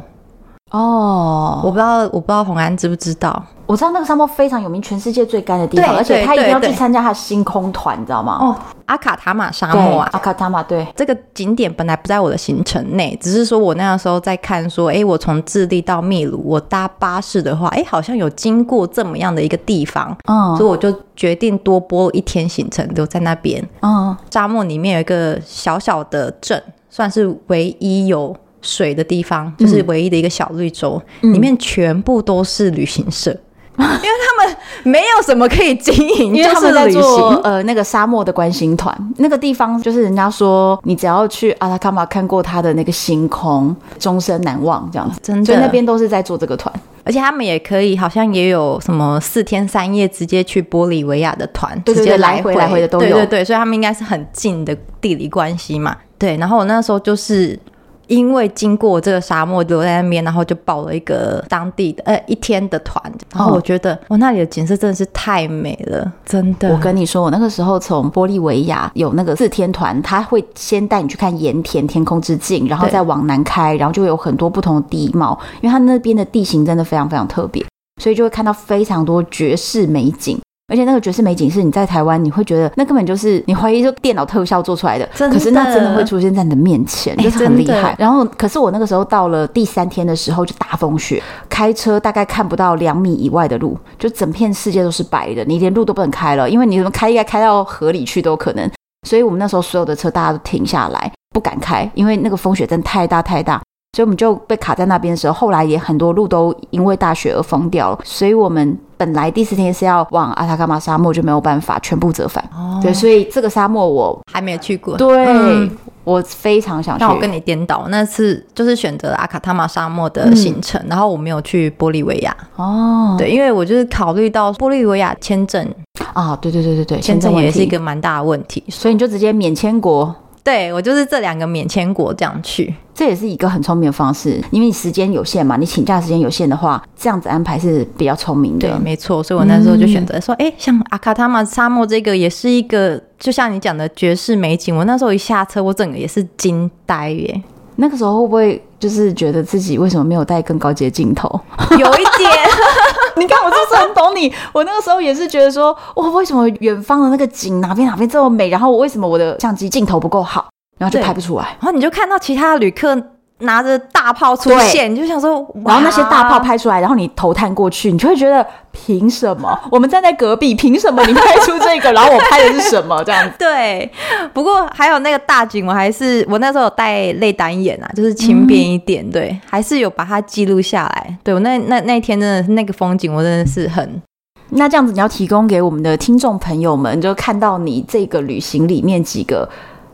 我哦，不知道我不知道红安知不知道我知道那个沙漠非常有名，全世界最干的地方，对而且对他一定要对去对参加他的星空团，你知道吗？哦，阿卡塔马沙对漠啊，阿卡塔玛对，这个景点本来不在我的行程内，只是说我那个时候在看说，诶，我从智利到秘鲁，我搭巴士的话，诶，好像有经过这么样的一个地方，嗯所以我就决定多播一天行程留在那边。嗯，沙漠里面有一个小小的镇，算是唯一有水的地方，嗯就是唯一的一个小绿洲，里面全部都是旅行社， (laughs) 因为他们没有什么可以经营，因为他们在就是旅做行。呃那个沙漠的观星团，那个地方就是人家说你只要去阿拉卡玛看过他的那个星空，终身难忘这样子。真的，所以那边都是在做这个团，而且他们也可以，好像也有什么四天三夜直接去玻利维亚的团，对对直接对来回回来回的都对有对对，所以他们应该是很近的地理关系嘛。对，然后我那时候就是因为经过这个沙漠留在那边，然后就报了一个当地的呃一天的团，然后我觉得我、哇那里的景色真的是太美了，真的。我跟你说，我那个时候从玻利维亚有那个四天团，他会先带你去看盐田天空之镜，然后对再往南开，然后就会有很多不同的地貌，因为它那边的地形真的非常非常特别，所以就会看到非常多绝世美景。而且那个绝世美景是你在台湾，你会觉得那根本就是你怀疑就电脑特效做出来的，真的可是那真的会出现在你的面前，哎就是很厉真害的。然后，可是我那个时候到了第三天的时候就大风雪，开车大概看不到两米以外的路，就整片世界都是白的，你连路都不能开了，因为你怎么开应该开到河里去都有可能。所以我们那时候所有的车大家都停下来，不敢开，因为那个风雪真的太大太大。所以我们就被卡在那边的时候，后来也很多路都因为大雪而封掉了，所以我们本来第四天是要往阿塔卡马沙漠，就没有办法全部折返。哦对，所以这个沙漠我还没有去过，对、嗯我非常想去。那我跟你颠倒，那次就是选择了阿卡塔马沙漠的行程，嗯然后我没有去玻利维亚，哦，对，因为我就是考虑到玻利维亚签证啊，对对对对对，签证问也是题一个蛮大的问题，所以你就直接免签国，对我就是这两个免签国这样去，这也是一个很聪明的方式，因为你时间有限嘛，你请假时间有限的话，这样子安排是比较聪明对，的。没错，所以我那时候就选择说，哎、像阿卡塔玛沙漠这个也是一个，就像你讲的绝世美景，我那时候一下车，我整个也是惊呆耶，那个时候会不会就是觉得自己为什么没有带更高级的镜头？ (laughs) 有一点，你看，我就是很懂你。我那个时候也是觉得说，哇，为什么远方的那个景哪边哪边这么美，然后我为什么我的相机镜头不够好，然后就对拍不出来。然后你就看到其他的旅客拿着大炮出对现，你就想说，哇然后那些大炮。拍出来，然后你头探过去，你就会觉得凭什么？我们站在隔壁，凭什么你拍出这个，然后我拍的是什么？这样子。 (laughs) 对，不过还有那个大景，我还是我那时候有带泪单眼啊，就是轻便一点，对，还是有把它记录下来。对我那那那天真的是那个风景，我真的是很 (laughs) 那这样子，你要提供给我们的听众朋友们，就看到你这个旅行里面几个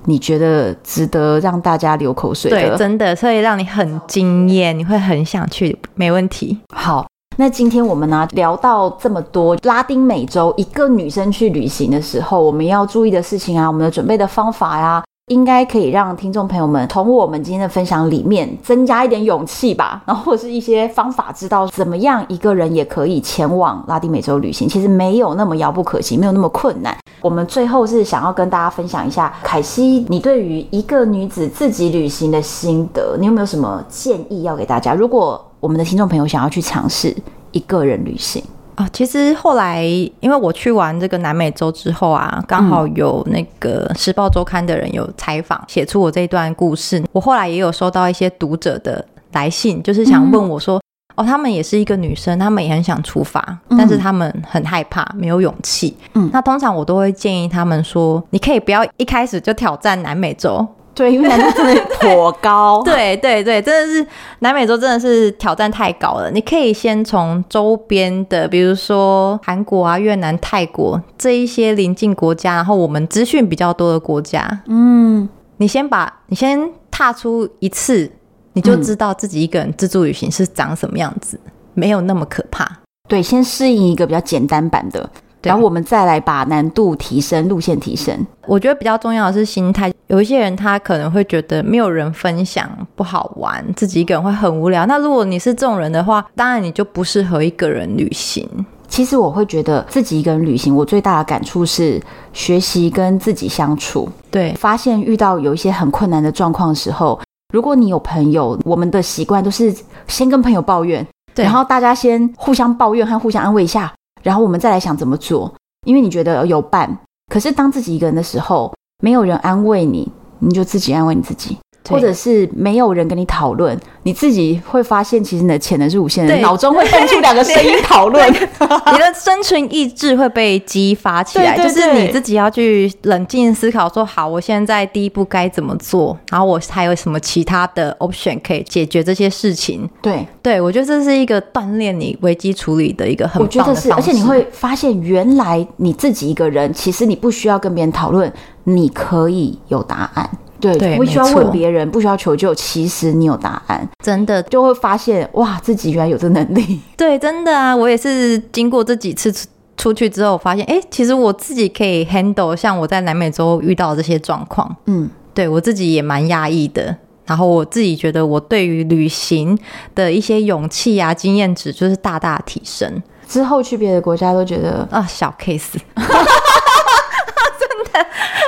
你觉得值得让大家流口水对，的。真的，所以让你很惊艳，你会很想去，没问题。好，那今天我们呢、聊到这么多拉丁美洲，一个女生去旅行的时候，我们要注意的事情啊，我们的准备的方法呀、应该可以让听众朋友们从我们今天的分享里面增加一点勇气吧，然后或者是一些方法，知道怎么样一个人也可以前往拉丁美洲旅行。其实没有那么遥不可及，没有那么困难。我们最后是想要跟大家分享一下，凯西，你对于一个女子自己旅行的心得，你有没有什么建议要给大家？如果我们的听众朋友想要去尝试一个人旅行，哦，其实后来因为我去完这个南美洲之后啊，刚好有那个《时报周刊》的人有采访，写出我这一段故事。我后来也有收到一些读者的来信，就是想问我说，哦，他们也是一个女生，他们也很想出发，但是他们很害怕，没有勇气。嗯那通常我都会建议他们说，你可以不要一开始就挑战南美洲，对，因为难度真的颇 (laughs) 高，对对对，真的是南美洲真的是挑战太高了。你可以先从周边的，比如说韩国啊、越南、泰国这一些邻近国家，然后我们资讯比较多的国家，嗯，你先把你先踏出一次，你就知道自己一个人自助旅行是长什么样子，没有那么可怕。对，先适应一个比较简单版的，对然后我们再来把难度提升，路线提升。我觉得比较重要的是心态。有一些人他可能会觉得没有人分享不好玩，自己一个人会很无聊。那如果你是这种人的话，当然你就不适合一个人旅行。其实我会觉得自己一个人旅行，我最大的感触是学习跟自己相处。对发现遇到有一些很困难的状况的时候，如果你有朋友，我们的习惯都是先跟朋友抱怨，对，然后大家先互相抱怨和互相安慰一下，然后我们再来想怎么做。因为你觉得有伴，可是当自己一个人的时候，没有人安慰你，你就自己安慰你自己，对或 (laughs) 者是没有人跟你讨论，你自己会发现，其实你的潜能是无限的，对脑中会蹦出 (laughs) 两个声音讨论。你的生存意志会被激发起来，对对就是对你自己要去冷静思考说好，我现在第一步该怎么做，然后我还有什么其他的 option 可以解决这些事情。 (laughs) 对，对我觉得这是一个锻炼你危机处理的一个很我棒觉的方得式。是，而且你会发现，原来你自己一个人，其实你不需要跟别人讨论，你可以有答案。对，对不需没要错问别人，不需要求救，其实你有答案，真的就会发现哇，自己原来有这能 (laughs) 力。对，真的啊，我也是经过这几次出出去之后，发现哎、诶其实我自己可以 handle 像我在南美洲遇到的这些状况，嗯，对我自己也蛮压抑的。然后我自己觉得我对于旅行的一些勇气啊、经验值就是大大提升之后去别的国家都觉得，啊，小 case。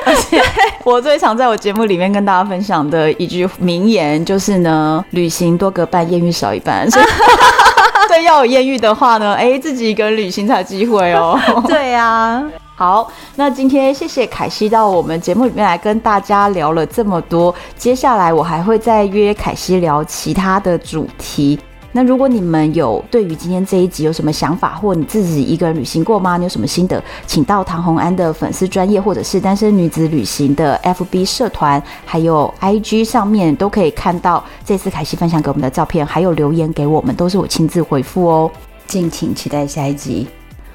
而且 (laughs) 我最常在我节目里面跟大家分享的一句名言就是呢， (laughs) 旅行多个伴，艳遇少一半。所以 (laughs) 对，要有艳遇的话呢，哎，自己一个人旅行才有机会哦。 (laughs) 对啊，好，那今天谢谢凯西到我们节目里面来跟大家聊了这么多，接下来我还会再约凯西聊其他的主题。那如果你们有对于今天这一集有什么想法，或你自己一个人旅行过吗？你有什么心得？请到唐红安的粉丝专业，或者是单身女子旅行的 FB 社团，还有 IG 上面都可以看到这次凯西分享给我们的照片，还有留言给我们，都是我亲自回复哦。敬请期待下一集。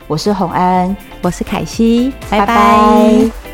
我是红安，我是凯西，拜拜拜拜